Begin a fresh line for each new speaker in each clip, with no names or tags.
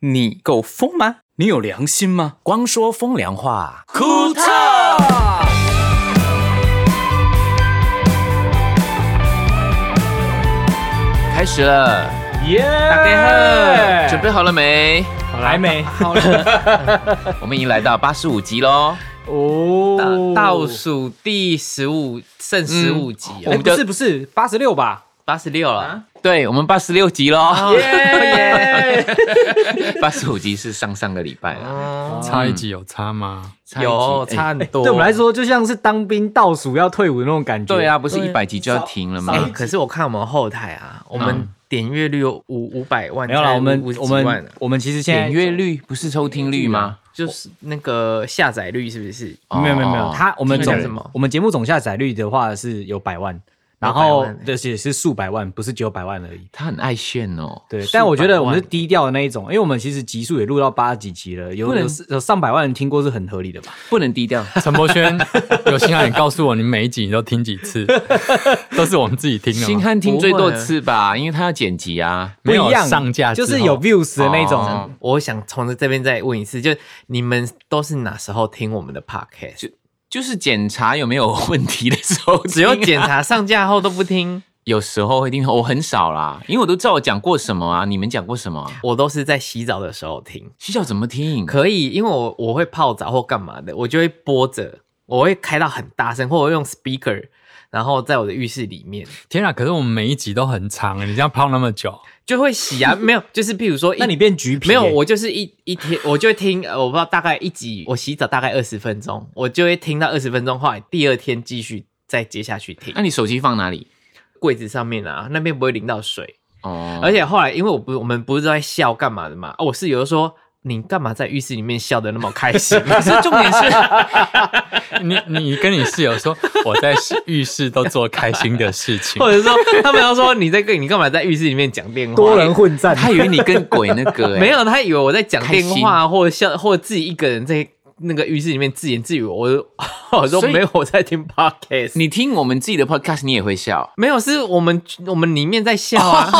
你够疯吗？你有良心吗？
光说风凉话，
库特。
开始了，
耶！
大家
准备好了没？
还没
好了，
我们已经来到八十五集喽，
哦，
倒数第十五，剩十
嗯
五集
哎，
啊，
不是不是八十六吧？
八十六了。
啊
哦
对我们八十六集喽，
耶！
八十五集是上上个礼拜啊了，
差一集有差吗？
差一集
哦
哎
有差很多，
对我们来说，就像是当兵倒数要退伍的那种感觉。
对，啊，不是一百集就要停了吗
哎，？可是我看我们后台啊，我们点阅率有五五百万，
没有啦，我们
五十
我
几万
们
啊，
我们其实现在
点啊阅率不是收听率吗？
就是那个下载率是不是？
哦
没有没有没有，他我们
听
总
起来什么
我们节目总下载率的话是有百万，然
百
后
万哎
这些是数百万，不是只有百万而已。
他很爱炫哦。
对，但我觉得我们是低调的那一种，因为我们其实集数也录到八十几集了，有有有上百万人听过是很合理的吧？
不能低 调，
陈柏轩有心汉，你告诉我你每一集你都听几次？都是我们自己听的
星
吗？
汉听最多次吧，因为他要剪辑啊。
不
没有
一样，
上架
就
之后
是有 views 的那种。
我想从这边再问一次，就你们都是哪时候听我们的 podcast？
就是检查有没有问题的时 候听啊，
只有检查上架后都不听，
有时候会听，我很少啦，因为我都知道我讲过什么啊，你们讲过什么、啊？
我都是在洗澡的时候听。
洗澡怎么听？
可以，因为我我会泡澡或干嘛的，我就会播着，我会开到很大声，或者用 speaker，然后在我的浴室里面
天啊！可是我们每一集都很长，啊你这样泡那么久，
就会 洗啊，没有，就是譬如说一，
那你变橘皮、
没有，
欸
我就是一一天，我就会听，呃，我不知道大概一集，我洗澡大概二十分钟，我就会听到二十分钟，后来第二天继续再接下去听
啊
那，你手机放哪里？
柜子上面啊，那边不会淋到水，
哦，
而且后来因为我不我们不是都在笑干嘛的嘛，啊，我室友就说你干嘛在浴室里面笑的那么开 心？
重点是，
你你跟你室友说我在浴室都做开心的事情
哦
或，者说他们要说你在跟你干嘛在浴室里面讲电话？
多人混战，
他以为你跟鬼那 个、欸，
没有，他以为我在讲电话，或者笑，或者自己一个人在那个浴室里面自言自语。我就 我说
所以
没有，我在听 podcast。
你听我们自己的 podcast，你也会笑。
没有，是我们我们里面在 笑啊，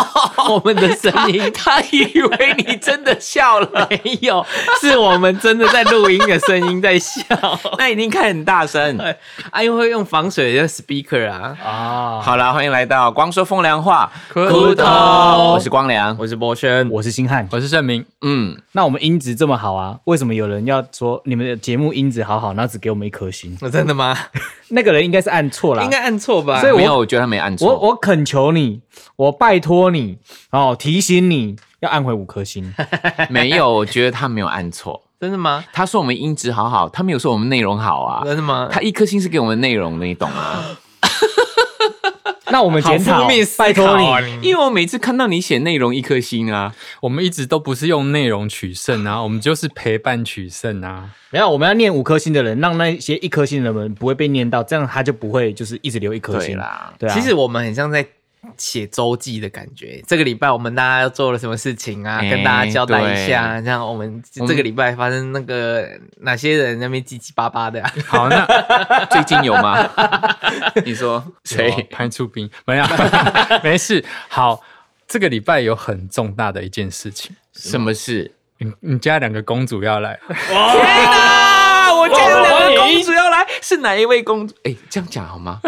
我们的声音
他以为你真的笑了，
没有，是我们真的在录音的声音在笑。
那一定开哎很大声。
啊，因为会用防水的 speaker 啊。
好啦，欢迎来到光说风凉话，
苦头
我是光良。
我是博轩，
我是星汉。
我是盛明，
嗯，
那我们音质这么好啊，为什么有人要说你们的节目音质好好，然后只给我们一颗星？
我真的吗？
那个人应该是按错了，
应该按错吧？
所以我
没有，我觉得他没按
我
错。
我恳求你，我拜托你哦，提醒你要按回五颗 星。
没有，我觉得他没有按错。
真的吗？
他说我们音质好好，他没有说我们内容好啊。
真的吗？
他一颗星是给我们内容的，你懂吗？
那我们检讨
好负面，思考
拜托
啊
你，
因为我每次看到你写内容一颗星啊，
我们一直都不是用内容取胜啊，我们就是陪伴取胜啊。
没有，我们要念五颗星的人，让那些一颗星的人不会被念到，这样他就不会就是一直留一颗
对
星。
啦，
对啊，
其实我们很像在写周记的感觉。这个礼拜我们大家要做了什么事情啊？
哎
跟大家交代一下，这样我们
我们
这个礼拜发生那个哪些人在那边叽叽巴巴的、啊？
好，那
最近有吗？ 你说
有啊
谁？
潘出兵没有， 没事。好，这个礼拜有很重大的一件事情，
什么事？
你你家两个公主要来，
啊！我家有两
哇
个公主要来，是哪一位公主？哎，这样讲好 吗？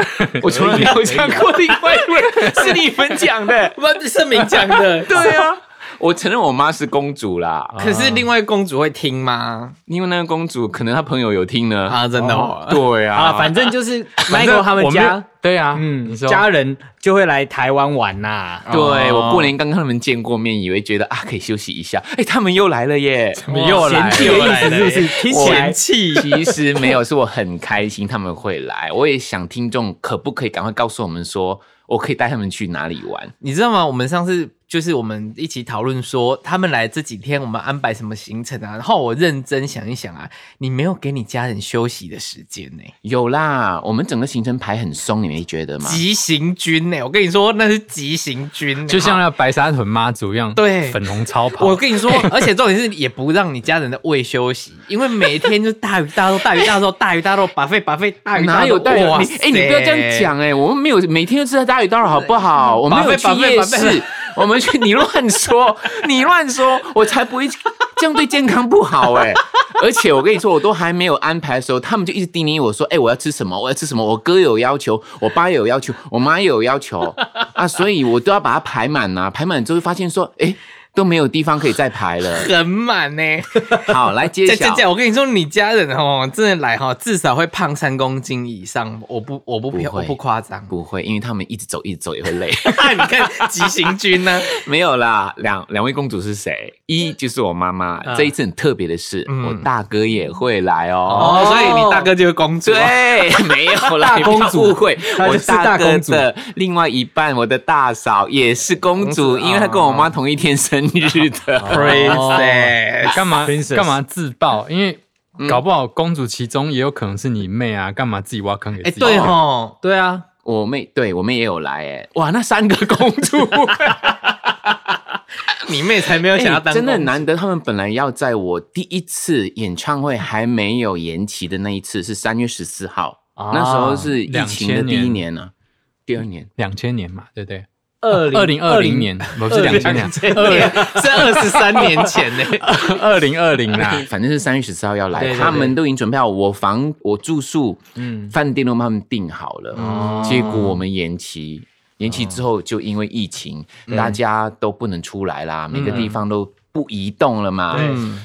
我从来没有讲过另外一位，是你们讲 的。
不，盛明讲 的。
对啊，我承认我妈是公主啦，
可是另外公主会听吗？
因为那个公主可能她朋友有听呢。
啊，真的哦。
对
啊，
啊，
反正就是
反正
Michael 他们
我没有
家，
对啊，
嗯
嗯，你，说
家人就会来台湾玩呐、
哦
对我过年刚跟他们见过面，以为觉得啊可以休息一下，哎，他们又来了耶！
怎么又
嫌
来
弃
了？
的意思是不是？听起来
弃。其实没有，是我很开心他们会来。我也想听众可不可以赶快告诉我们说，我可以带他们去哪里玩？
你知道吗？我们上次就是我们一起讨论说，他们来这几天我们安排什么行程啊？然后我认真想一想啊，你没有给你家人休息的时间呢、
有啦，我们整个行程排很松，你没觉得吗？
急行军呢、我跟你说那是急行军欸、
就像那白沙屯妈祖一样，
对
粉红超跑
我。跟你 说，而且重点是也不让你家人的胃休息，因为每天就大鱼大肉、大鱼大肉、大鱼大肉、把肺把肺、大鱼大
哪
肉，
有大鱼？
哇
你
塞嗯
哎、你不要这样。讲哎、我们没有每天都吃大鱼大肉，好不好？我们有去
把费
夜
把费把
市，我们去你乱说，你乱说，我才不会这样对健康不好 哎、而且我跟你说，我都还没有安排的时候，他们就一直叮咛我说：“哎、我要吃什么？我要吃什么？”我哥有要求，我爸也有要求，我妈也有要 求啊，所以我都要把它排满呐、排满之后发现说：“哎、都没有地方可以再排了。
很满呢、欸。”
好，来揭
这
晓
这。这，我跟你说，你家人哦，真的来哈，至少会胖三公斤以上。我不，我不骗，
不
我
会
不夸张。
不会，因为他们一直走，一直走也会累。
你看急行军呢、
没有啦，两两位公主是谁？一就是我妈妈。这一次很特别的是，
嗯
我大哥也会来 哦。
哦，所以你大哥就是公主、啊。
对， 没有啦，
大公
你
主
不要误会，
她
我
就是大
哥
公主
的另外一半，我的大嫂也是公主，因为她跟我妈同一天生日
哦
的。哦
Princess，
干嘛
Princess
干嘛自爆？因为搞不好公主其中也有可能是你妹啊，干嘛自己挖坑给
哎、
自己？
对哦，
对啊，
我妹，对我妹也有来哎，哇，那三个公主，
你妹才没有想要
哎
当、
真的很。难得，他们本来要在我第一次演唱会还没有延期的那一次是三月十四号，
啊
那时候是疫情的
2000
第一年呢、第二年。
两千年嘛，对不对？
二
二零二零年不是两千 年，
哎是二十三年前呢、
二零二零 啦。
反正是三月十四号要来，
对嗯对对
他们都已经准备好，我房、我住宿、饭店都帮他们订好了，
哦
结果我们延期，延期之后就因为疫情，
嗯
大家都不能出来啦，每个地方都不移动了嘛，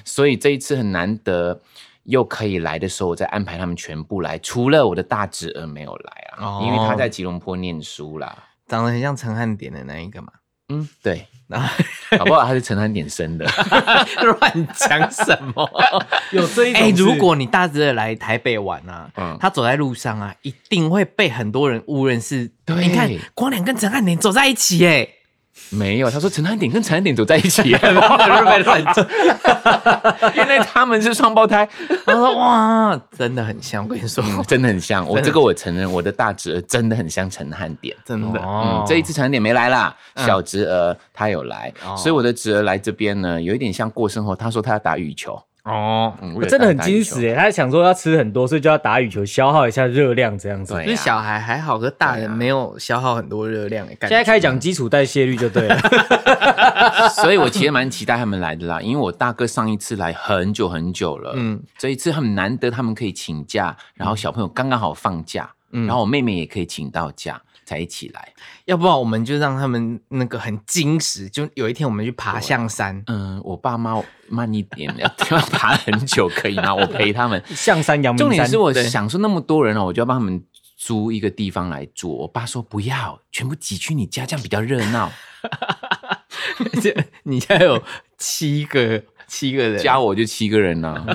所以这一次很难得。又可以来的时候，我再安排他们全部来，除了我的大侄儿没有来啊，
哦
因为他在吉隆坡念书啦。
长得很像陈汉典的那一个嘛，
嗯，对，
然后
搞不好他是陈汉典生的。
乱讲什么？
有这一种
哎、
是
如果你大侄儿来台北玩啊，
嗯
他走在路上啊，一定会被很多人误认是。
对
你看光良跟陈汉典走在一起、哎，
没有，他说陈汉典跟陈汉典走在一起， 原来他们是双胞胎，
他说哇，真的很像。我跟你说，
嗯真的很像。我这个我承认，我的大侄儿真的很像陈汉典。
真的，
嗯，这一次陈汉典没来啦，小侄儿他有来，
嗯哦
所以我的侄儿来这边呢，有一点像过生活。他说他要打羽 球，
哦，
嗯，
真的很矜
矜持。
持哎，他想说要吃很多，所以就要打羽球消耗一下热量这样子。
对
就是
呀、
小孩还好，可是大人没有消耗很多热量、哎，感
现在
觉
开始讲基础代谢率就对 了，
所以我其实蛮期待他们来的啦，因为我大哥上一次来很久很久了，嗯
嗯，
这一次很难得他们可以请假，然后小朋友刚刚好放假，
嗯
然后我妹妹也可以请到假，才一起来。
要不然我们就让他们那个很矜持，就有一天我们去爬象山。
嗯，我爸妈慢一点，要 要爬很久，可以吗？我陪他们。
象山、阳明山。
重点是我想说那么多人哦，我就要帮他们租一个地方来住。我爸说不要，全部挤去你家，这样比较热 闹。
你现在有七个七个人，
家我就七个人 呐、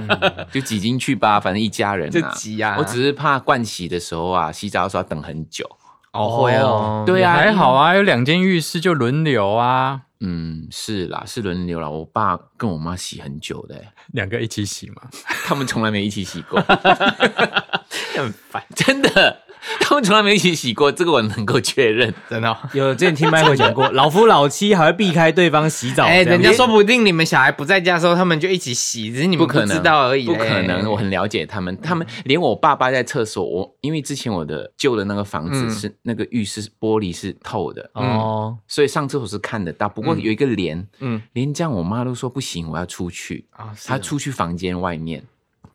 就挤进去吧，反正一家人、啊、
嗯就挤啊
我只是怕盥洗的时候啊，洗澡的时候要等很久。
哦会哦，
对啊，
还好啊，有两间浴室就轮流啊，
嗯，是啦，是轮流啦。我爸跟我妈洗很久的、欸
两个一起洗嘛。
他们从来没一起洗过，很烦， 真的，他们从来没一起洗过，这个我能够确认。
真的哦。
有之前听麦克讲 过，老夫老妻还会避开对方洗 澡。
哎，
这样
人
子
家说不定你们小孩不在家的时候，他们就一起洗，只是你们
可能，
知道而已。哦
不可能，我很了解他们，他们
嗯
连我爸爸在厕所，我因为之前我的旧的那个房子
嗯
是、那个浴室玻璃是透的，
嗯
哦，
所以上厕所是看得到。不过有一个帘，
嗯
连这样我妈都说不行，我要出去。
啊，是
她出去房间外面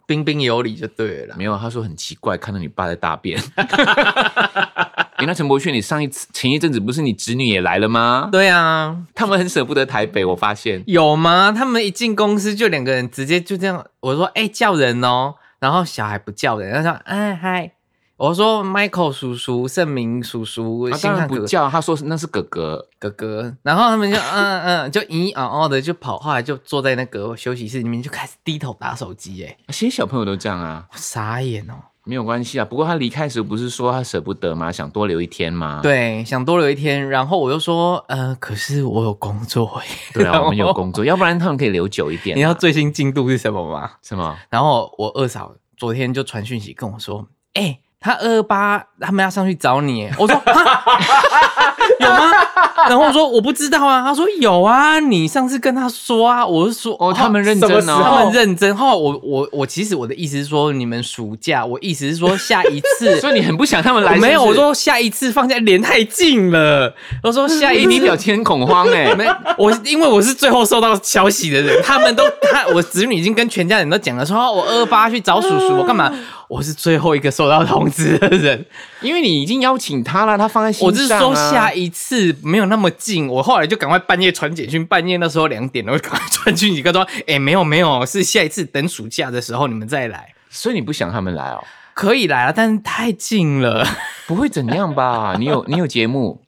彬彬有礼就对了啦。
没有，她说很奇怪，看到你爸在大 便。哎，那陈柏迅，你上一次前一阵子不是你侄女也来了吗？
对啊，
他们很舍不得台北，我发现。
有吗？他们一进公司就两个人直接就这样，我说哎、叫人哦，然后小孩不叫人，他说哎嗨，我说 Michael 叔叔、盛明叔叔、
他
星
啊当然
汉哥
不
哥
叫，他说是那是哥哥，
哥哥，然后他们就嗯嗯就咦啊哦的就跑，后来就坐在那个休息室里面就开始低头打手机，哎，
啊其实小朋友都这样啊。
我傻眼哦。
没有关系啊，不过他离开时不是说他舍不得吗？想多留一天吗？
对，想多留一天，然后我就说，呃，可是我有工作耶。
对
然
啊，
后
我们有工作，要不然他们可以留久一点啊。
你知道最新进度是什么吗？
什么？
然后我二嫂昨天就传讯息跟我说，哎、他他二八他们要上去找你耶。我说哈 有吗？然后我说我不知道啊。他说有啊，你上次跟他说啊。我是说
哦，他们认
什么
真
时候
哦。
他们认真。啊后来我我我其实我的意思是说，你们暑假，我意思是说下一次。
所以你很不想他们来？
没有，
是
我
不是
说下一次放假连太近了。我说下一
哎，
次
你表情很恐慌哎。
没，我因为我是最后收到消息的人，他们都他我子女已经跟全家人都讲了说，哦我二八去找叔叔，我干嘛？我是最后一个收到通知的人，
因为你已经邀请他了，他放在心
我
上、啊。
是说下一次没有那么近，我后来就赶快半夜传简讯，半夜那时候两点了，我就赶快传讯息跟他说，哎、没有没有，是下一次等暑假的时候你们再来，
所以你不想他们来哦？
可以来了，但是太近了，
不会怎样吧？你有你有节目？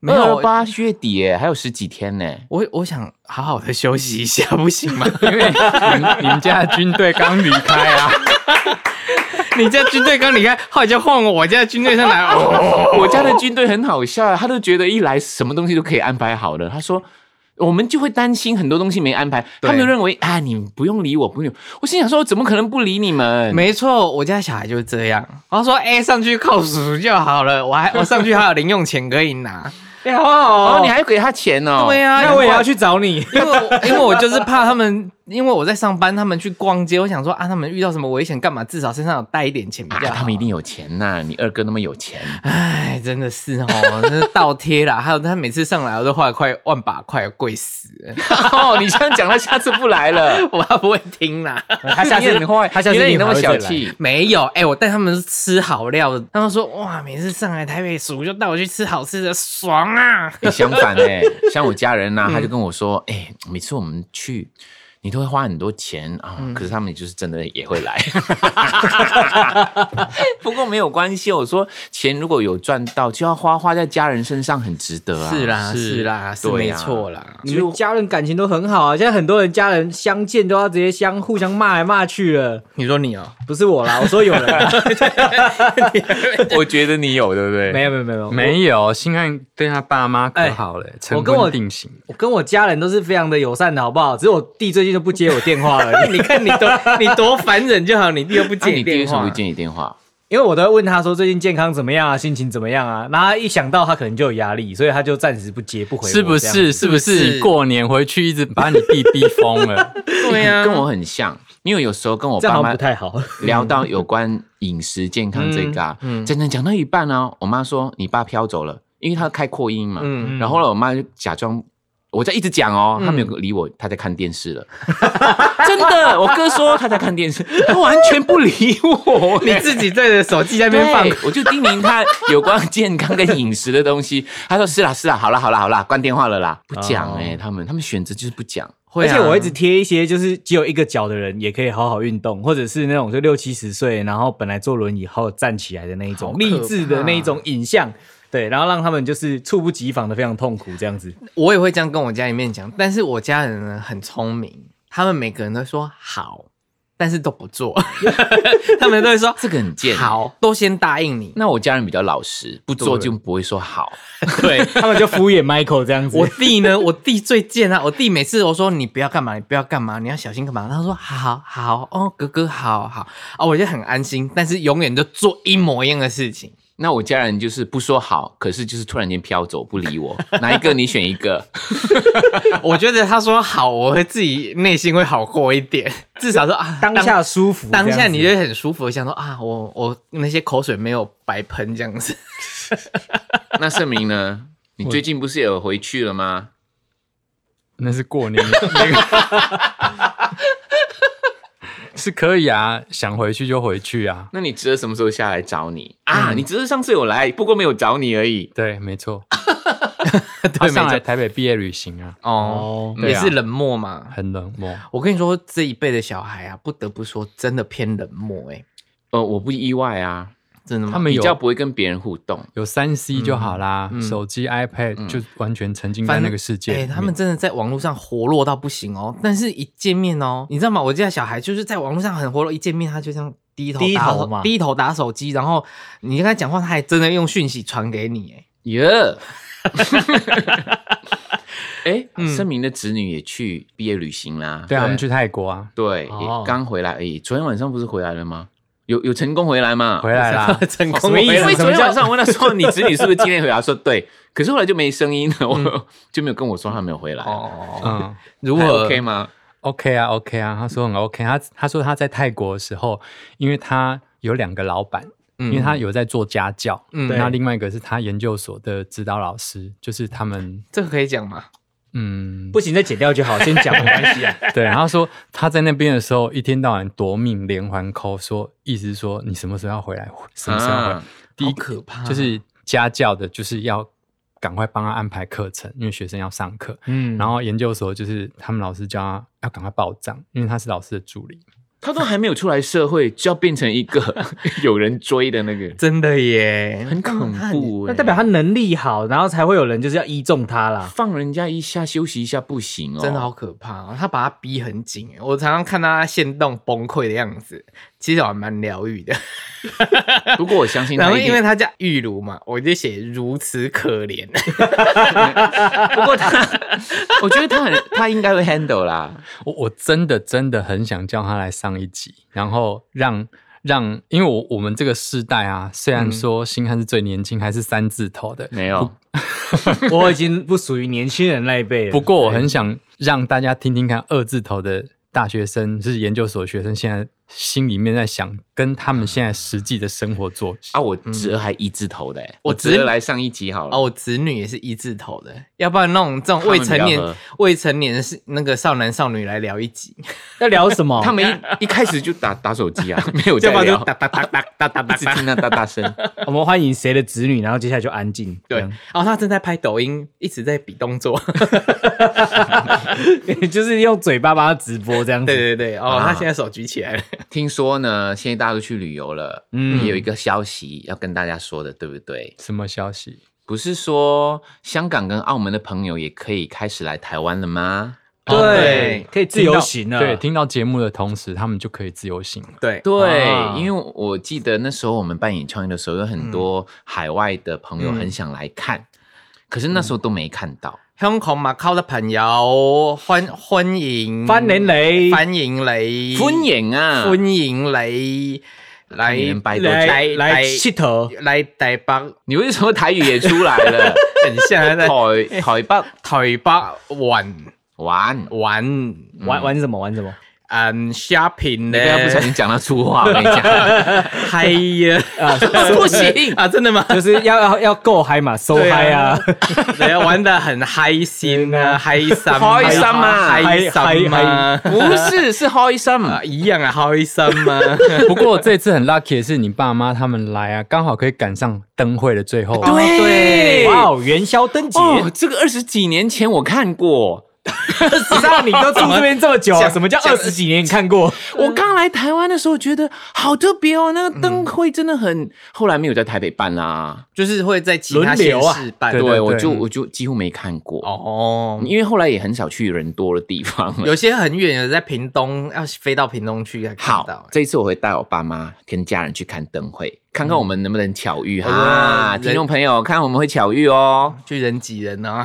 没有。
八月底耶，还有十几天呢。
我我想好好的休息一下，不行吗？
因为你们你们家的军队刚离开啊，
你家军队刚离开，后来就换我家军队 上来，哦，
我家的军队很好笑啊，他都觉得一来什么东西都可以安排好的。他说。我们就会担心很多东西没安排，他们认为啊，你不用理我，不用。我心想说，我怎么可能不理你们？
没错，我家小孩就是这样。然后说，哎、上去扣数就好了，我 还我上去还有零用钱可以拿。
哎、好好
哦，
哦，
你还给他钱哦？
对啊呀、
那我也要去找你。
因为我因为我就是怕他们，因为我在上班，他们去逛街，我想说啊，他们遇到什么危险干嘛，至少身上有带一点钱比
啊，
较好。
他们一定有钱呐、你二哥那么有 钱，
哎，真的是哦， 真是倒贴啦。还有他每次上来，我都花了快万把块，贵死了，
哦，你这样讲，他下次不来了。
我还不会听啦。
他下次
你很坏，
他下次
原来你
一
那
定还
么
会
小
再来
气。
没有，哎、我带他们吃好料的，他们说哇，每次上来台北暑就带我去吃好吃的，爽啊！
欸、相反哎、像我家人呐、他就跟我说，哎、每次我们去，你都会花很多钱啊、可是他们就是真的也会来。不过没有关系，我说钱如果有赚到，就要花花在家人身上，很值得啊。
是啦，是啦，是
对
没
啊
错啦。
你们家人感情都很好啊，现在很多人家人相见都要直接相互相骂来骂去了。
你说你 哦，
不是我啦，我说有 人，啊
我觉得你有对不对？
没有没有没有，
没有，新汉对他爸妈可
哎
好了，
我
成
跟我
婚定型。
我跟我家人都是非常的友善的，好不好？只是我弟最近都不接我电话了，
你看你多你多烦人就好，你弟又不
那
接
你
啊你
弟为
电
什么
话
不，接你电话？
因为我都会问他说最近健康怎么样啊，心情怎么样啊。那他一想到他可能就有压力，所以他就暂时不接不回我。
是不
这样？
是？是不
是不
是
是
你过年回去一直把你弟逼疯了？
对呀、
跟我很像，因为有时候跟我
这样
爸
好像
妈
不太好。
嗯
聊到有关饮食健康这个啊，真的讲到一半呢、我妈说你爸飘走了，因为他开扩音嘛，
嗯
然后呢，我妈就假装。我在一直讲哦，她没有理我，她在看电视 了。真的，我哥说他在看电视，他完全不理我。
你自己对着手 机在那
对
边 放，，
我就叮咛他有关健康跟饮食的东西。他说是啦是啦，好啦好啦好啦，关电话了
哦
啦，不讲哎、他们他们选择就是不讲。
会
而
啊
且我一直贴一些，就是只有一个脚的人也可以好好运动，或者是那种就六七十岁，然后本来坐轮椅好好站起来的那一种
好可
励志的
怕
那一种影像，对，然后让他们就是猝不及防的非常痛苦这样子。
我也会这样跟我家里面讲，但是我家人呢很聪明，他们每个人都说好，但是都不 做，他们都 会说
这个很贱。，
好，都先答应你。
那我家人比较老实，不做就不会说好。
对 他们就敷衍 Michael 这样子。
我弟呢？我弟最贱啊！我弟每次我说你不要干嘛，你不要干嘛，你要小心干嘛？他说好好哦，哥哥好好啊，我就很安心。但是永远都做一模一样的事情，
那我家人就是不说好，可是就是突然间飘走不理我，哪一个你选一个？
我觉得他说好，我会自己内心会好过一点，至少说啊，
当下舒服，
当下你
就
就会很舒服，想说啊，我我那些口水没有白喷这样子。
那盛明呢？你最近不是有回去了吗？
那是过年 那个，是可以啊，想回去就回去啊。
那你侄儿什么时候下来找你啊？你侄儿上次有来，不过没有找你而已。
对，没错。他啊上来台北毕业旅行啊，
哦，
对
也
啊
是冷漠嘛。
很冷漠。
我跟你说，这一辈的小孩啊，不得不说，真的偏冷漠哎、
呃，我不意外啊，
真的吗？
他们
比
有
较不会跟别人互动。
有三 C 就好啦，手机、iPad 就完全沉浸在那个世界里
哎、
面。
他们真的在网络上活络到不行哦。但是，一见面哦，你知道吗？我家小孩就是在网络上很活络，一见面他就这样低头
低
打
头
手
嘛
低头打手机，然后你跟他讲话，他还真的用讯息传给你哎。
耶、 哎、盛明的侄女也去毕业旅行啦。
对啊，他们去泰国啊，
对，
哦
也刚回来而已。昨天晚上不是回来了吗？有有成功回来嘛？
回来 啦，
成 功
啊什么意思
回
因
来
为
什
昨
么
天
叫
晚上我问他说：“你侄女是不是今天回来？”他说：“对。”可是后来就没声音了，我就没有跟我说他没有回来。
哦，
嗯
如
还
何
OK 吗？
，OK 啊，OK 啊，他说很 OK，他他说他在泰国的时候，因为他有两个老板，嗯因为他有在做家教，
嗯
那另外一个是他研究所的指导老师，就是他们，
这个可以讲吗？
嗯，
不行再剪掉就好，先讲没关系啊。
对，然后说他在那边的时候，一天到晚夺命连环 call，说意思是说你什么时候要回来，什么时候要回来
啊，
第一
好可怕
就是家教的，就是要赶快帮他安排课程，因为学生要上课。
嗯，
然后研究所就是他们老师叫他要赶快报账，因为他是老师的助理。
他都还没有出来社会，就要变成一个有人追的那个，
真的耶，
很恐怖欸。
那代表他能力好，然后才会有人就是要依中他啦。
放人家一下休息一下不行哦，
真的好可怕、哦！他把他逼很紧，我常常看他现动崩溃的样子，其实我还蛮疗愈的。
不过我相信
然
他
后
一
因为
定，
他叫玉如嘛，我就写如此可怜。
不过他， 我觉得他很，他应该会 handle 啦。
我我真的真的很想叫他来上一集，然后让让，因为我我们这个世代啊，虽然说星汉是最年轻，还是三字头的，
嗯没有，
我已经不属于年轻人那一辈了。
不过我很想让大家听听看，二字头的大学生，就是研究所学生，现在心里面在想，跟他们现在实际的生活做起。
啊，我侄儿还一字头的欸、
我
我
侄
侄儿来上一集好了。
哦，我子女也是一字头的，要不然那种这种未成年
他们比较合
未成年是那个少男少女来聊一集，
要聊什么？
他们一一开始就打打手机啊，没有在
要不然就
聊，
哒哒哒哒哒哒哒
一直
哒。
听到哒哒声。
我们欢迎谁的子女，然后接下来就安静。
对，
嗯
然后他正在拍抖音，一直在比动作。
这样， 就是用嘴巴帮他直播这样
对
子。
对对，哦，
啊
他现在手举起来了。
听说呢，现在大家都去旅游了，
嗯
嗯，也有一个消息要跟大家说的，对不对？
什么消息？
不是说香港跟澳门的朋友也可以开始来台湾了吗？
对
哦可以自由行啊了。
对，听到节目的同时，他们就可以自由行了。
对，
对，
啊
因为我记得那时候我们办演唱会的时候，有很多海外的朋友很想来看，可是那时候都没看到。
香港马靠的朋友欢欢迎
翻年雷，
欢迎你，
欢迎啊，
欢迎你来
你能拜多久
来
来
来哦
来
气头，
来台北，
你为什么台语也出来了？
很像在
台台北
哎台北玩
玩，
玩
玩玩什么玩什么？
嗯 shopping
你刚刚不小
呢？
心讲到粗话，我跟你讲，
嗨呀，
不行。
啊，真的吗？
就是要要要够嗨嘛，收
对啊
嗨 啊！
人家玩的很开心啊，开心，
开心啊
开心啊，
不是，是开心。
啊一样啊，开心啊，
不过这次很 lucky 的是，你爸妈他们来啊，刚好可以赶上灯会的最后。
对
哦哇哦，元宵灯节，
哦，这个二十几年前我看过，
知道你都住这边这么久啊，什么叫二十几年你看过？
我刚来台湾的时候觉得好特别哦，那个灯会真的很。后来没有在台北办啦、
就是会在其他
轮流
县
啊
市办
对
对对
我
对
就我就几乎没看过，
哦。嗯
因为后来也很少去人多的地方了。
有些很远的，在屏东，要飞到屏东去才看到
好，。这一次我会带我爸妈跟家人去看灯会，看看我们能不能巧遇哈、
嗯
啊！
人
听众朋友，看我们会巧遇哦。
去人挤人啊！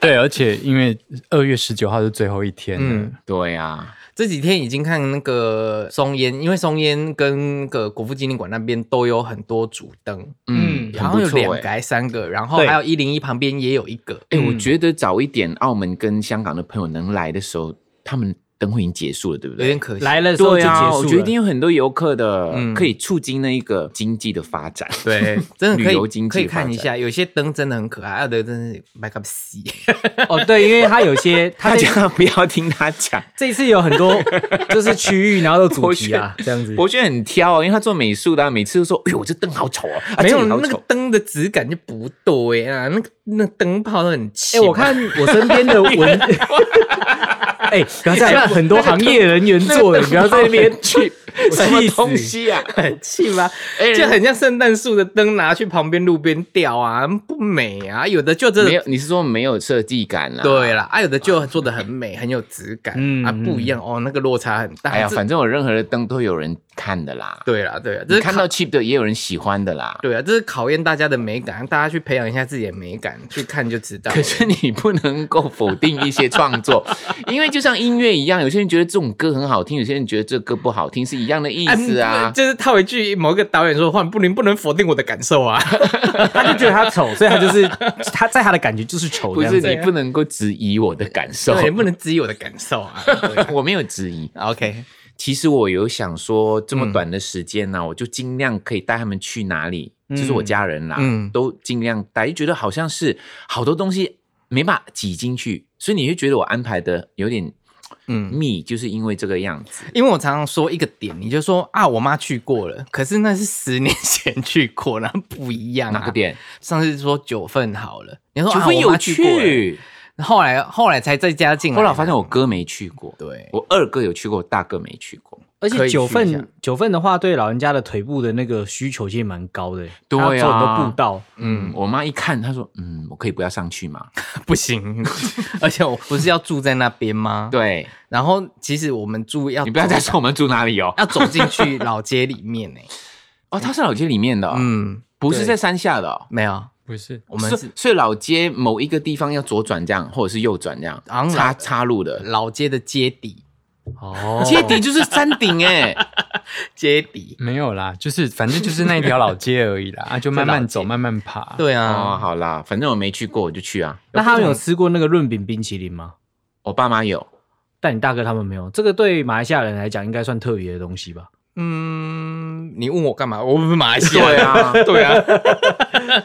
对，而且因为二月十九号是最后一天了，
嗯
对啊，
这几天已经看那个松烟，因为松烟跟那个国父纪念馆那边都有很多主灯，
嗯，
然后
很
有
不
两
错
个
哎、
还三个，然后
对
还有一零一旁边也有一个。
哎、我觉得早一点，澳门跟香港的朋友能来的时候，他们灯会已经结束了，对不
有
对？
点可 惜。
来了之后
对
就结
啊，我觉得
束
一
了
定。有很多游客的，
嗯
可以促进那一个经济的发展。
对， 真的可
旅游
以
经济
可以看
发
一
展
下，有些灯真的很可爱，有的真是 make up 西。
哦，对，因为他有些他
大
这
家不要听他讲，
这一次有很多就是区域，然后都主题啊，这样子。
博轩很挑哦，因为他做美术的啊、每次都说：“哎呦，这灯好丑啊，啊
没
这
有
里
那
好
个
丑。
灯的质感就不对啊，那个那灯泡都很
哎、
轻。啊
我看我身边的文， 哎，刚才很多行业人员做的，你不要在那边去
什么
气
东
死。
西啊？
很气吗？
哎
就很像圣诞树的灯拿去旁边路边吊啊，不美啊。有的就真
没
的
有，你是说没有设计感啊？
对啦，啊，有的就做的很美，很有质感
嗯
啊，不一样哦，那个落差很大。
哎呀，
这
反正我任何的灯都有人看的啦。
对啦，对啦，啊
你
这是
看
考
到 cheap 的也有人喜欢的啦。
对啊，这是考验大家的美感，大家去培养一下自己的美感，去看就知道 了。
可是你不能够否定 一些创作，因为就像音乐一样，有些人觉得这种歌很好听，有些人觉得这歌不好听，是一样的意思
嗯
啊。
哎就是套一句某一个导演说的话，你不能不能否定我的感受啊。
他就觉得他丑，所以他就是他在他的感觉就是丑
不
这样
是
子。
你不能够质疑我的感受，
对，你不能质疑我的感受啊。
我没有质疑。
OK，
其实我有想说，这么短的时间呢、我就尽量可以带他们去哪里，就是我家人啦，
嗯
都尽量带，就觉得好像是好多东西没办法挤进去，所以你就觉得我安排的有点
嗯
密，就是因为这个样子。
因为我常常说一个点，你就说啊，我妈去过了，可是那是十年前去过，然后不一样、啊。
哪个？点？
上次说九份好了，你说
除
啊，
非
我
有
妈去过了，
去，
后来后来才再加进来。
后来我发现我哥没去过，
对，
我二哥有去过，大哥没去过。
而
可
且
以去
九
一下
份九份的话，对老人家的腿部的那个需求其实蛮高的，
对啊
他要做很多步道。
嗯，我妈一看，她说：“嗯，我可以不要上去 嘛
不行，而且我不是要住在那边吗？”。
对，
然后其实我们住要
你不要
走
再说我们住哪 里哦。
要走进去老街里 面呢、
哦，她是老街里面的哦，
嗯，
不是
对
在山下的哦。
没有，
不是
我们
所
是
以所以老街某一个地方要左转这样，或者是右转这样，
昂啊然
插插路的。
老街的街底，
哦
街底就是山顶 哎、
街底。
没有啦，就是反正就是那一条老街而已啦，啊，就慢慢走，慢慢爬。
对
哦，
啊，
好啦，反正我没去过，我就去啊。
那他们有吃过那个润饼冰淇淋吗？
我爸妈有，
但你大哥他们没有，这个对马来西亚人来讲应该算特别的东西吧？
嗯，你问我干嘛？我不是马来西亚
对
人。
啊，
对啊，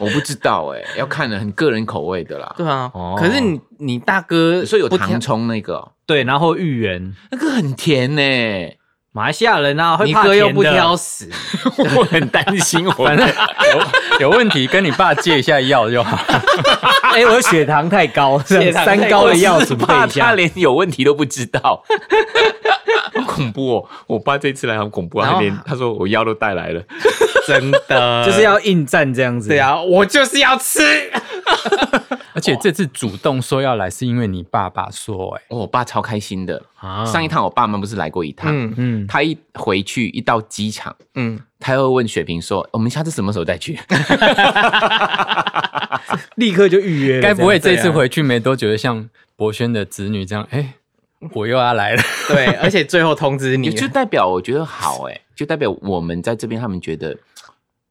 我不知道哎、要看很个人口味的啦。
对啊。
哦
可是你你大哥
所以有
不挑
糖葱那个哦，
对，然后芋圆，
那个很甜呢、
马来西亚人啊，会
你
怕
哥又
甜
不
的
挑，食，
我很担 心我
反正有有问题跟你爸借一下药就好。
哎，我血糖太高，
血糖太高
三高的药
我是
准备
怕他
一下。
连有问题都不知 道，好恐怖哦！我爸这次来很恐怖，啊
然
他
后
连他说我药都带来了，
真的
就是要应战这样子，
对，啊，我就是要吃。
而且这次主动说要来，是因为你爸爸说、欸，
哦我爸超开心的。
啊
上一趟我爸妈不是来过一趟，
嗯
嗯，
他一回去一到机场，
嗯，
他又问雪萍说：“哦我们下次什么时候再 去
立刻就预约了，
该不会
这样
这次回去没多久，就像博轩的子女这样，哎、我又要来了。
对，而且最后通知？”你
也就代表我觉得好哎、就代表我们在这边他们觉得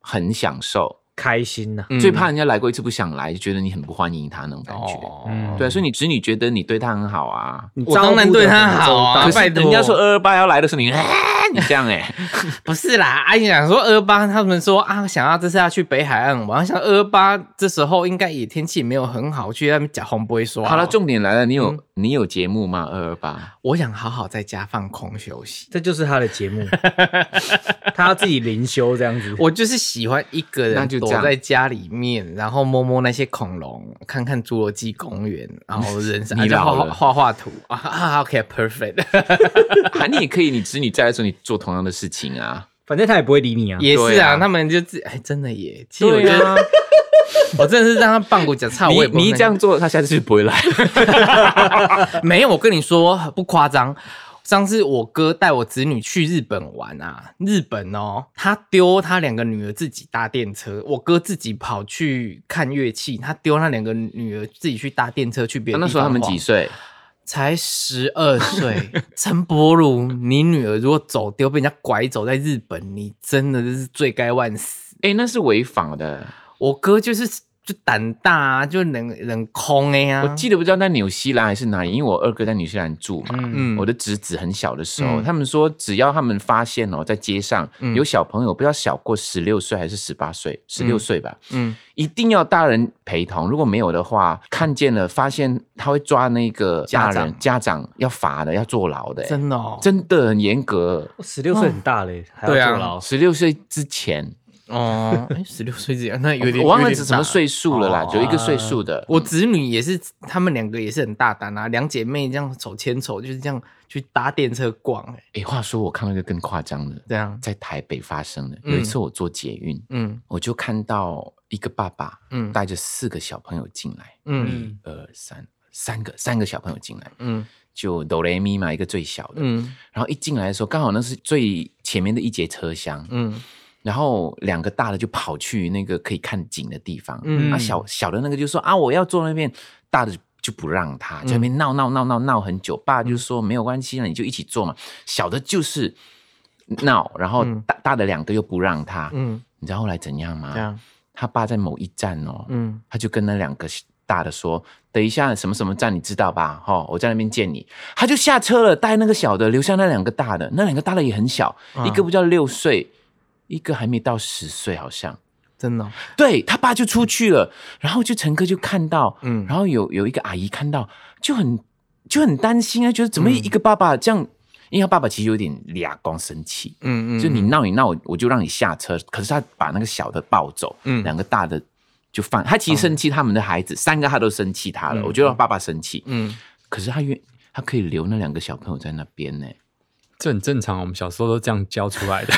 很享受。
开心呐？
嗯
最怕人家来过一次不想来，就觉得你很不欢迎他那种感觉。
哦，
对啊，所以你侄女觉得你对她很好啊。
你
我
照
当然
顾
对
得
他
很
好
周
啊
到
可是
拜托
人家说二二八要来的时候，你、 啊、你这样哎、
不是啦，阿姨想说二八，他们说啊，想要这次要去北海岸玩，我想二八这时候应该也天气也没有很好，去那边假红不会说。啊
好了，重点来了，你有、
嗯
你有节目吗？二二八，
我想好好在家放空休息。
这就是他的节 目，他要自己灵修这样子。
我就是喜欢一个
那
人
就这
躲
样
在家里面，然后摸摸那些恐龙，看看侏罗纪公园，然后人生
你
然后
老了
画画画图啊啊，OK，perfect，、
啊，你也可以，你侄女在的时候，你做同样的事情啊。
反正他也不会理你啊。
也是
对
啊，
啊
他们就自哎，真的耶，其实我觉得、
啊，
我真的是让他棒骨 脚操，啊我也不
你你一
能
这样做，她下次就不会 来。
没有，我跟你说不夸张。上次我哥带我侄女去日本玩啊，日本哦，他丢他两个女儿自己搭电车，我哥自己跑去看乐器，他丢那两个女儿自己去搭电车去别的
啊那
地方
时候他们
晃
几？岁？
才十 二岁。陈柏如，你女儿如果走丢被人家拐走在日本，你真的是罪该万死。
哎、那是违法的。
我哥就是就胆大、啊，就冷冷空哎呀、
我记得不知道在纽西兰还是哪里，因为我二哥在纽西兰住嘛。
嗯
我的侄子很小的时候，
嗯
他们说只要他们发现哦，在街上、
嗯
有小朋友，不知道小过十六岁还是十八岁，十六岁吧，
嗯
一定要大人陪同。如果没有的话，看见了发现他会抓那个大
家长
人家长要罚的，要坐牢的、
真的哦，
真的很严格。
十六岁很大嘞，还要
对啊
坐牢。
十六岁之前，
哦，哎，十六岁这样，那有点
我忘了
有
是
点
什么
大
岁数了啦，
哦
有一个岁数的。
我侄女也是，她们两个也是很大胆啊，两姐妹这样手牵手，就是这样去搭电车逛、欸，
哎、话说我看到一个更夸张的，
这样，
在台北发生的。
嗯
有一次我坐捷运，
嗯
我就看到一个爸爸
嗯
带着四个小朋友进来，
嗯
一二三，三个三个小朋友进来，
嗯
就哆来咪嘛，一个最小的。
嗯
然后一进来的时候，刚好那是最前面的一节车厢，
嗯
然后两个大的就跑去那个可以看景的地方，
嗯
啊小小的那个就说啊我要坐那边，大的就就不让他，
嗯
在那边闹闹闹闹闹很久，爸就说没有关系，那你就一起坐嘛，小的就是。闹，然后
嗯
大大的两个又不让他，
嗯，
你知道后来怎样吗？
这样，
他爸在某一站哦，
嗯，
他就跟那两个大的说：“等一下，什么什么站你知道吧？哈、我在那边见你。”他就下车了，带那个小的，留下那两个大的。那两个大的也很小，一个不到六岁，一个还没到十岁，好像。
真的哦，
对他爸就出去了，然后就乘客就看到，
嗯
然后有有一个阿姨看到，就很就很担心啊，觉得怎么一个爸爸这样，因为他爸爸其实有点俩光生气，
嗯嗯，
就你闹你闹，我就让你下车。可是他把那个小的抱走，
嗯哦
两个大的就放。他其实生气他们的孩子，三个他都生气他了。我觉得爸爸生气，
嗯，
可是他愿他可以留那两个小朋友在那边呢。
这很正常，我们小时候都这样教出来的。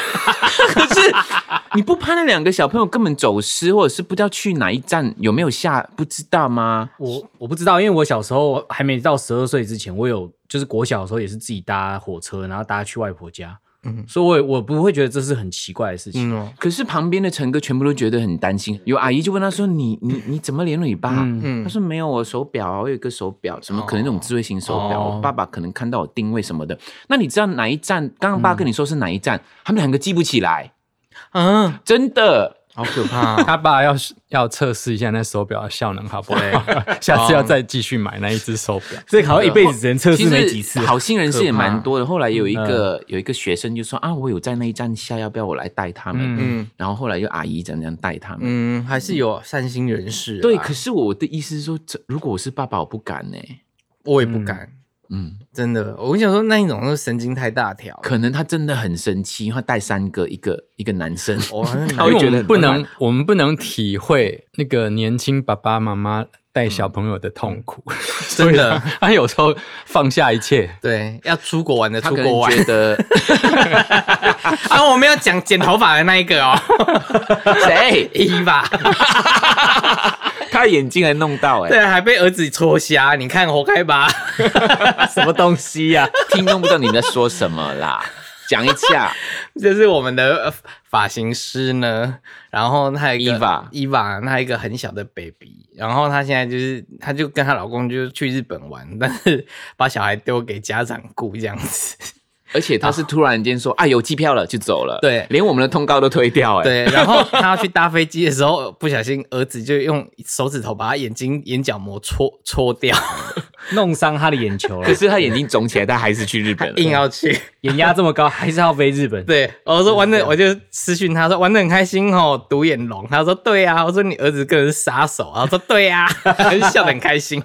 可是
啊
你不怕那两个小朋友根本走失，或者是不知道去哪一站有没有下，不知道吗？
我我不知道，因为我小时候还没到十二岁之前，我有就是国小的时候也是自己搭火车，然后搭去外婆家，
嗯
所以我也我不会觉得这是很奇怪的事情。
嗯哦，
可是旁边的乘客全部都觉得很担心，有阿姨就问他说：“你你你怎么连尾巴？”
嗯
他说：“没有，我手表啊，我有一个手表，什么可能那种智慧型手表，
哦
我爸爸可能看到我定位什么的。那你知道哪一站？刚刚爸跟你说是哪一站？他们两个记不起来，
嗯，
真的。
好可怕哦，
他爸要 要测试一下那手表的效能好不好？ 下次要再继续买那一只手表。
所以好像一辈子只能测
其
试
实
没几次。
好心人士也蛮多的。后来有一
嗯
个有一个学生就说啊，我有在那一站下，要不要我来带他们？
嗯，
嗯
然后后来有阿姨怎样怎样带他们。
嗯，还是有善心人士啊，
对，可是我的意思是说，这如果我是爸爸，我不敢呢、
我也不敢。
嗯，
真的，我跟你讲说，那一种是神经太大条了，
可能他真的很生气，因为他带三个，一个一个男生，
我还是
他
嗯因
会
为
觉
我
得很
们不
麻烦
能，我们不能体会那个年轻爸爸妈妈带小朋友的痛苦， 所以
真的
他他有时候放下一切，
对要出国玩的
他
出
可
国
能
玩
觉得
啊，我们要讲剪头发的那一个哦，
谁
一吧，
他眼睛还弄到哎、
对，还被儿子戳瞎，你看活该吧，
什么东西呀、
听弄不到你在说什么啦，讲一下，
这是我们的呃发型师呢，然后他有一个
Eva
伊娃，他有一个很小的 baby，然后她现在就是，她就跟她老公就去日本玩， 但是把小孩丢给家长顾这样子，
而且他是突然间说啊有机票了就走了，
对
连我们的通告都推掉哎、
对，然后他去搭飞机的时候，不小心儿子就用手指头把他眼睛眼角膜戳戳掉，
弄伤他的眼球了
可，是他眼睛肿起来，他还是去日本了，
硬要去。
眼压这么高，还是要飞日本？
对，我说玩的，我就私讯他说玩的很开心哦，独眼龙。他说对啊，我说你儿子个人是杀手，他说对啊， 笑得很开心。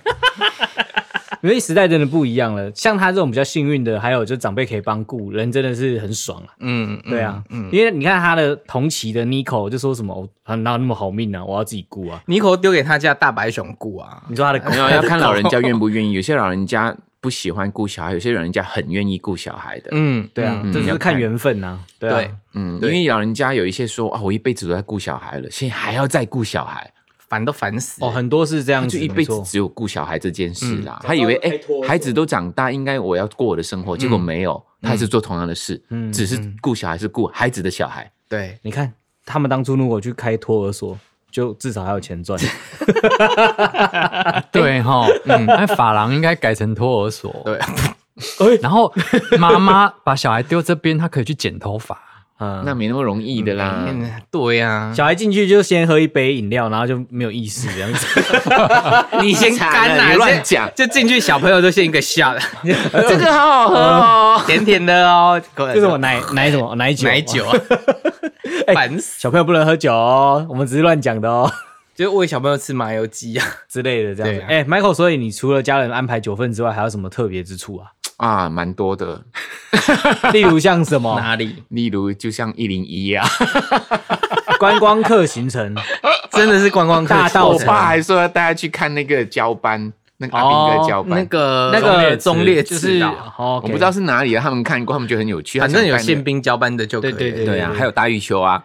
因为时代真的不一样了。像他这种比较幸运的，还有就长辈可以帮顾，人真的是很爽啊。
嗯，嗯
对啊，因为你看他的同期的 Nico 就说什么，哦哪有那么好命啊，我要自己顾啊。
尼可丢给他家大白熊顾啊，
你说他的狗
没有 要看老人家愿不愿意，有些老人家不喜欢顾小孩，有些老人家很愿意顾小孩的，
嗯，
对啊，
嗯
这就是
要
看
看
缘分呐。对
对
啊，，
嗯，因为老人家有一些说啊，我一辈子都在顾小孩了，现在还要再顾小孩，
烦都烦死。
哦，很多是这样
他
子，
就一
没
辈子
错
只有顾小孩这件事啦。他以为哎、孩子都长大，应该我要过我的生活，结果没有，他还是做同样的事，
嗯
只是顾小孩是顾孩子的小孩。
对，
你看他们当初如果去开托儿所，就至少还有钱 赚。
对哈，嗯，那发廊应该改成托儿所，
对，
哎
然后妈妈把小孩丢这边，他可以去剪头 发，
嗯，
那没那么容易的啦。
嗯对呀，
小孩进去就先喝一杯饮料，然后就没有意识这样 子。
你先干
惨了
啊，
你乱
先
讲
就进去小朋友就先一个笑，
这个好好喝哦。
甜甜的哦，这
这是我奶奶什么奶酒？哎
奶酒，啊，烦死，
小朋友不能喝酒哦，我们只是乱讲的哦
就是喂小朋友吃麻油鸡啊。
之类的这样子。
对
哎、m i c h a e l 所以你除了家人安排酒份之外，还有什么特别之处啊？
啊，蛮多的，
例如像什 么
哪里？
例如就像一零一啊，
观光客行程，
真的是观光客
大道
我
行程
爸还说要带他去看那个交班，哦那个阿兵哥交班。
哦那个
那个
忠烈
就
之
是
岛，
哦，
我不知道是哪里啊，他们看过，他们觉得很有趣。
反正有宪
兵。
兵交班的就可以了。
对对
对啊，还有大玉球 啊！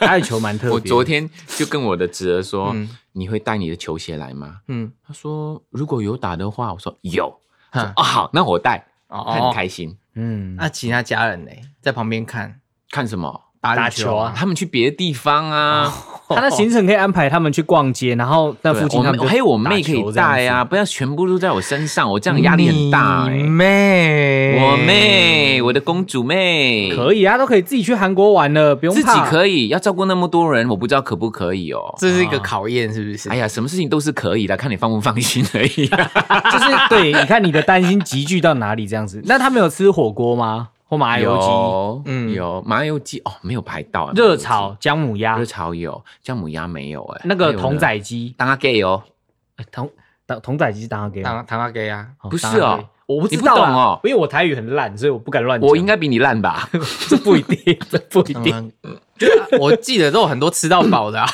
打球蛮特别的。
我昨天就跟我的侄儿说：“
嗯
你会带你的球鞋来吗？”
嗯，
他说如果有打的话，我说有。他说
哼
哦好，那我带。他很
哦，
开心。
嗯，
那啊其他家人呢，在旁边看
看什么？
打
打
羽
球啊哦
啊，
他们去别的地方啊，
他的行程可以安排他们去逛街，然后那
对
附近
我
他们就
还哎有我妹
打
可
球
以
这样
带啊，
子。
不要全部都在我身上，我这样压力很大、
你
欸。
妹，
我妹，我的公主妹，
可以啊，都可以自己去韩国玩了，不用
自己
怕。
可以，要照顾那么多人，我不知道可不可以哦。
这是一个考验，是不是？
哎呀，什么事情都是可以的，看你放不放心而已。啊
就是对，你看你的担心集聚到哪里这 样子。那他们有吃火锅吗？或麻油鸡、
有，
嗯
嗯，有麻油鸡哦，没有排到啊
热炒、姜母鸭
热、炒有，姜母鸭没有哎、
那个
还有呢
童仔鸡、
当阿 gay 哦，
哎童童童仔鸡是当然给我，
唐唐阿给啊，
不是
当然
哎哦
给，我不知
你不
道
懂
啦
哦
因为我台语很烂，所以我不敢乱讲。
我应该比你烂吧？
这不 一定，这不一定。
嗯 就我记得都有很多吃到饱的 啊。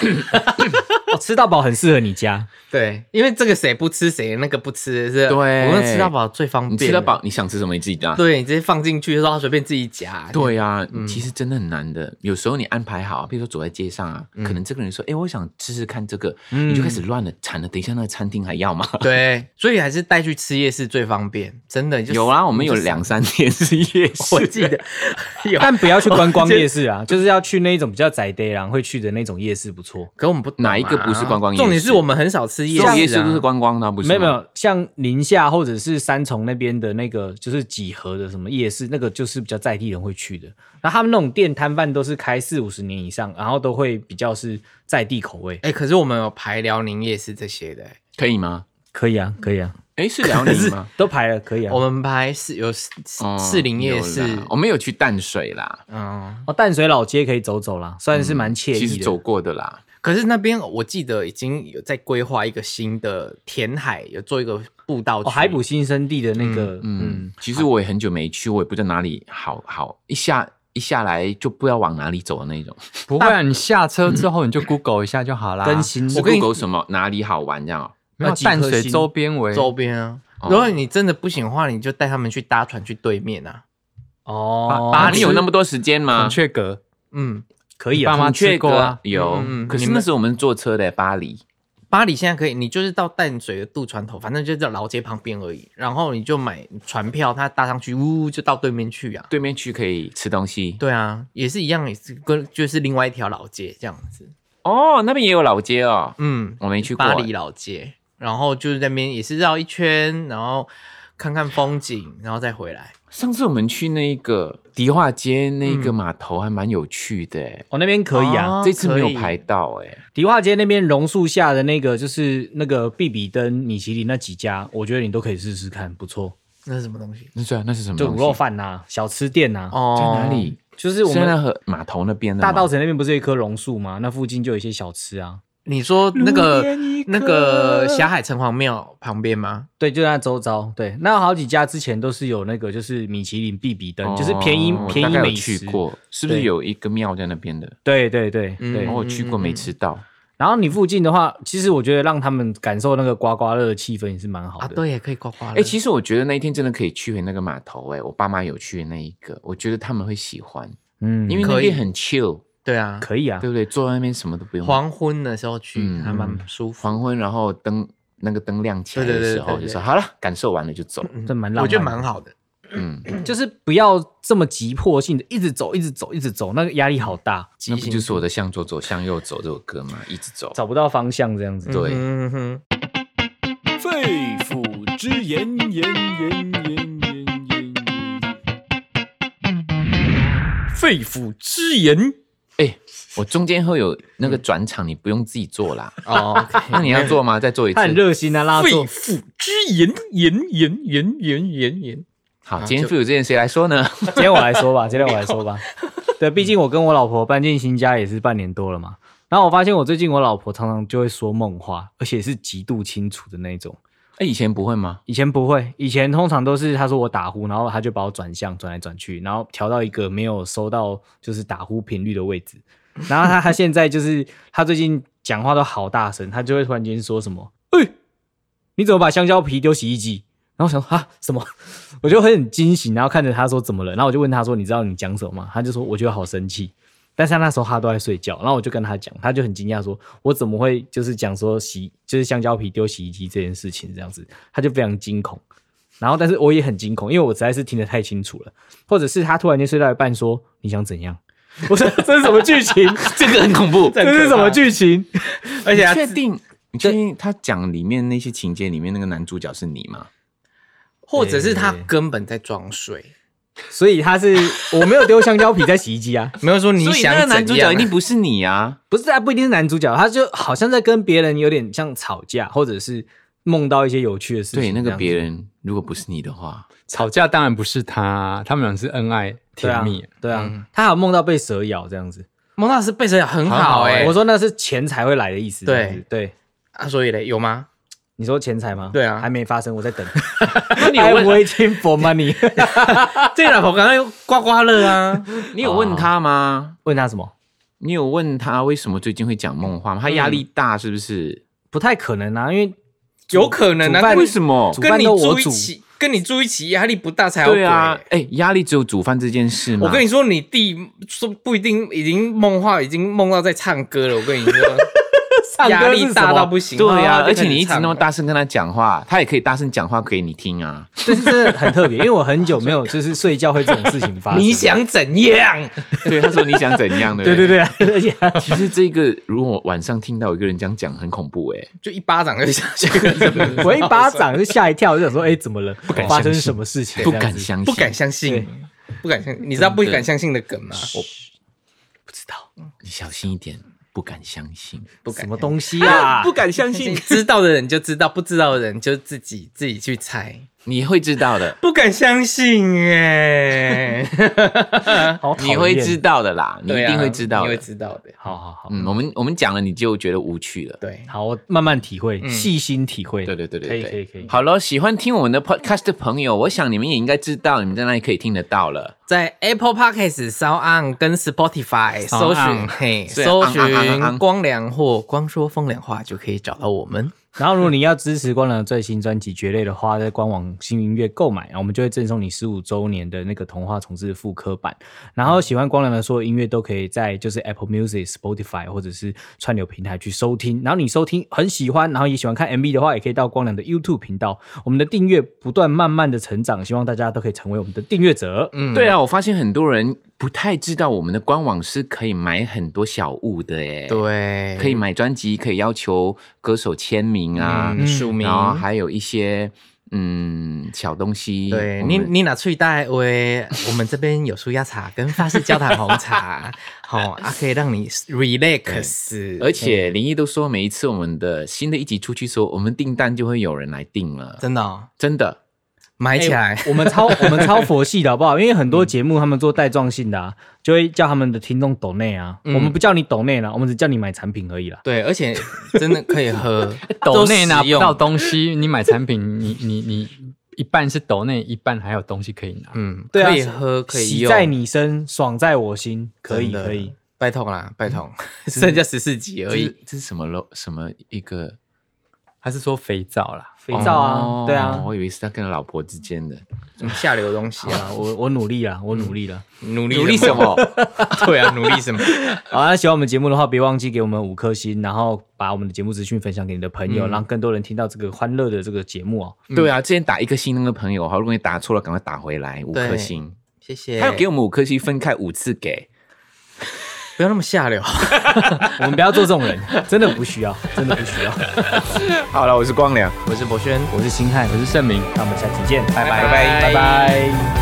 哦，吃到饱很适合你家，
对，因为这个谁不吃谁，那个不吃是。
对
我们吃到饱最方便。
你吃得，饱，你想吃什么你自己拿。
对你直接放进去，然后随便自己夹。
对啊，其实真的很难的。有时候你安排好，比如说走在街上啊，可能这个人说：“哎，我想试试看这个”，你就开始乱了，惨了。等一下那个餐厅还要吗？
对，所以还是带去吃夜市最方便，真的。就
有啊，我们有两三天是夜
我
市，
记得有，
但不要去观光夜市 啊，就是要去那一种比较宅的，然后会去的那种夜市不错。
可我们不懂啊
哪一个不是观光夜市
重点是我们很少吃夜
所有夜
市
市
啊
都是观光的啊，不是
没
吗？
有没有，像宁夏或者是三重那边的那个，就是几何的什么夜市，那个就是比较在地人会去的。然后他们那种店摊贩都是开四五十年以上，然后都会比较是在地口
啊
味。
哎、可是我们有排辽宁夜市这些的、哎
可以吗？
可以啊，可以啊，
哎，是辽宁吗？
都排了，可以啊。
我们排是有士
哦
士林夜
有啦
市，
我们有去淡水啦，
嗯，
哦，淡水老街可以走走啦，算是蛮惬意的。
其实走过的啦。
可是那边我记得已经有在规划一个新的填海，有做一个步道区、
哦，海捕新生地的那个，嗯，
嗯，其实我也很久没去，我也不知道哪里好好，一下一下来就不知道往哪里走的那种。
不会啊，你下车之后你就 Google 一下就好啦。
更新
是 Google 什么哪里好玩这样哦？
没有
那几颗
淡水
星
周边为
周边啊。
哦
如果你真的不行的话，你就带他们去搭船去对面啊。
哦，
巴
啊，你有那么多时间吗
孔？雀阁，
嗯，
可以
爸
啊，
妈
孔雀
吃过啊
阁，有
嗯嗯嗯，
可
你
是
们
那时候我们坐车的巴黎，
巴黎现在可以，你就是到淡水的渡船头，反正就在老街旁边而已。然后你就买船票，它搭上去，呜就到对面去啊。
对面去可以吃东西。
对啊，也是一样，也是跟就是另外一条老街这样子。
哦，那边也有老街哦，
嗯，
我没去过。
巴黎老街，然后就是在那边也是绕一圈，然后看看风景，然后再回来。
上次我们去那个迪化街那个码头还蛮有趣的欸，
我、哦、那边可以啊。
哦
这次没
可
有
以
排到哎。
迪化街那边榕树下的那个，就是那个比比登、米其林那几家，我觉得你都可以试试看，不错。
那是什么东西？
那是啊，那是什么
就
东
卤
西？
肉饭呐、小吃店呐、
哦，
在哪？里？
就是我
是在哦
们
和码头那边的吗
大稻城那边不是有一棵榕树吗？那附近就有一些小吃啊。
你说那
路
个
边一棵
那个霞海城隍庙旁边吗？
对，就在那周遭。对，那有好几家之前都是有那个，就是米其林必比登，
哦
就是便宜
我
便
大
宜
概有
美
去
食。
过，是不是
对
有一个庙在那边的？哦
对对对对、
嗯
我有去过没吃到，
然后你附近的话，其实我觉得让他们感受那个刮刮乐的气氛也是蛮好的。
啊，对，也可以刮刮乐。
哎、其实我觉得那一天真的可以去回那个码头、哎，我爸妈有去那一个，我觉得他们会喜欢，
嗯，
因为
为
可
那
以
边很 chill，
对啊，
可以啊
对。不对？坐在那边什么都不用，
黄昏的时候去
嗯
还蛮舒服。
黄昏，然后灯那个灯亮起来
对
的
对对
时候，
对对
就说好了，感受完了就走。
嗯
这蛮浪漫的
我觉得蛮好的。
嗯，
就是不要这么急迫性的一直走，一直走，一直走，那个压力好大，
那不就是我的向左走，向右走这首歌吗？一直走。
找不到方向这样子。
对
嗯哼，
肺腑之言，言言言言言言。
肺腑之言。
哎、我中间会有那个
嗯
转场，你不用自己做 啦。
哦，OK，
那你要做吗？再做一次
他。很热心啊，拉
肺
住。
腑之言，言言言言言言。
啊
好，今天肺腑之言谁来说 呢？
今天我来说吧，今天我来说吧。对，毕竟我跟我老婆搬进新家也是半年多了嘛。然后我发现我最近我老婆常常就会说梦话，而且是极度清楚的那种。
哎、以前不会 吗？
以前不会，以前通常都是她说我打呼，然后她就把我转向转来转去，然后调到一个没有收到就是打呼频率的位置。然后她她现在就是她最近讲话都好大声，她就会突然间说什么：“哎、你怎么把香蕉皮丢洗衣机？”然后我想说啊什么，我就会很惊醒，然后看着她说怎么了，然后我就问她说：“你知道你讲什么吗？”她就说：“我觉得好生气。”但是她那时候她都在睡觉，然后我就跟她讲，她就很惊讶说：“我怎么会就是讲说洗就是香蕉皮丢洗衣机这件事情这样子？”她就非常惊恐。然后，但是我也很惊恐，因为我实在是听得太清楚了，或者是她突然间睡到一半说：“你想怎样？” 我说这是什么剧情？
这个很恐怖。
这是什么剧情？
而
你
且他
确定？你确定他讲里面那些情节里面那个男主角是你吗？
或者是他根本在装睡，
所以他是我没有丢香蕉皮在洗衣机啊，
没有说你
所以
想
那个
怎样啊
男主角一定不是你啊！
不是啊，不一定是男主角，他就好像在跟别人有点像吵架，或者是梦到一些有趣的事情这
对，
样子。
那个别人如果不是你的话，
吵架当然不是他，他们俩是恩爱
对
甜
啊
蜜。，
对
嗯
啊，他还有梦到被蛇咬这样子。哦
蒙娜是被谁很
很
好
好
哎、
欸
我说那是钱才会来的意思。
对
这样子对，
啊，所以嘞，有吗？
你说钱财吗？
对啊
还没发生，我在等。
那你
I'm
有问
waiting for money 。
这个老婆刚刚又刮刮乐啊，
你有问他吗？
问他什么？
哦你有问他为什么最近会讲梦话吗？他压力大是不是？
不太可能啊，因为
有可能
煮
啊，
饭
跟
为什么？
煮
跟
饭
你
都我
住一
煮
起，跟你住一起压力不大才有鬼、
对啊，哎、压力只有煮饭这件事吗？
我跟你说，你弟说不一定已经梦话，已经梦到在唱歌了。我跟你说，
歌
压
是
力
什
大
么啊
到不行。
对呀、
然后
呃而
他就
且你一直
开始
那么
唱了，
大声跟他讲话，他也可以大声讲话给你听啊。
这是真的很特别，因为我很久没有就是睡觉会这种事情发生。
你想怎样？
对，他说你想怎样的？
对对对，啊而且还
其实这个如果晚上听到有一个人这样讲，很恐怖哎、
就一巴掌就下去了，
我一巴掌就吓一跳，就想说，哎、怎么了？不
敢
发生
相信
什么事情？
不
这样
敢
子。
相信，
不敢相信，不敢相信。你知道不敢相信的梗吗？我
你小心一点，不敢相信。
不敢
什
相信
么东西啊？
不敢相信，
知道的人就知道，不知道的人就自己自己去猜。
你会知道的，
不敢相信哎、
好讨厌
你会知。道的啦，你
对
一
啊
定会知道
你
的。
会知道的。
好好好，
嗯，我们我们讲了，你就觉得无趣了。
对，
好，我慢慢体会，细、心体会。
对对对对
可以
对
可以可以。
好了，喜欢听我们的 podcast 的朋友，我想你们也应该知道，你们在哪里可以听得到了。
在 Apple Podcast、Sound On 跟 Spotify 搜
Sound
寻
On，
嘿，
是
搜
on, on, on, on,
寻
on
光良或光说风凉话就可以找到我们。
然后，如果你要支持光良的最新专辑《蕨类》的话，在官网新音乐购买，然后我们就会赠送你十五周年的那个童话重置复刻版。然后，喜欢光良的所有音乐都可以在就是 Apple Music、Spotify 或者是串流平台去收听。然后你收听很喜欢，然后也喜欢看 MV 的话，也可以到光良的 YouTube 频道。我们的订阅不断慢慢的成长，希望大家都可以成为我们的订阅者。嗯，
对啊，我发现很多人不太知道我们的官网是可以买很多小物的耶。。
对，
可以买专辑，可以要求歌手签名啊，
嗯署名
然后还有一些嗯小东西。
对
我
你，
们
你拿出一袋喂，我们这边有舒压茶跟法式焦糖红 茶，好、啊，可以让你 relax，
而且林毅都说，每一次我们的新的一集出去的时候，我们订单就会有人来订了，
真的、哦、
真的。
买起来，
我们超我们超佛系的好不好？因为很多节目他们做带状性的、啊，就会叫他们的听众抖内啊。我们不叫你抖内啦，我们只叫你买产品而已啦。
对，而且真的可以 喝
抖内
都
拿
实
不
用
到，东西，你买产品，你你你一半是抖内，一半还有东西可以拿。
嗯，
对啊
可以喝，可以
喜
用，
在你身，爽在我心，可以
真的
可以。，
拜托啦，拜托， 剩下十四集而
这是
已，
这是什么咯？什么一个
他是说肥皂啦，
肥皂啊，
哦
对啊，
我以为是他跟老婆之间的。
什么下流的东西
好
啊，
啦 我我努力啦，我努力啦。
努力
努力什？么？
对啊，努力什么？
好，那喜欢我们节目的话，别忘记给我们五颗星，然后把我们的节目资讯分享给你的朋
嗯
友，让更多人听到这个欢乐的这个节目哦。
对啊，之前打一颗星那个朋友，好，如果你打错了，赶快打回来五颗星。
谢谢。
他要给我们五颗星，分开五次给。
不要那么下流。
我们不要做这种人， 真的不需要，真的不需要。
好了，我是光良。
我是博轩，
我是星汉，
可是盛明。
那我们下期见，拜
拜
拜拜。拜拜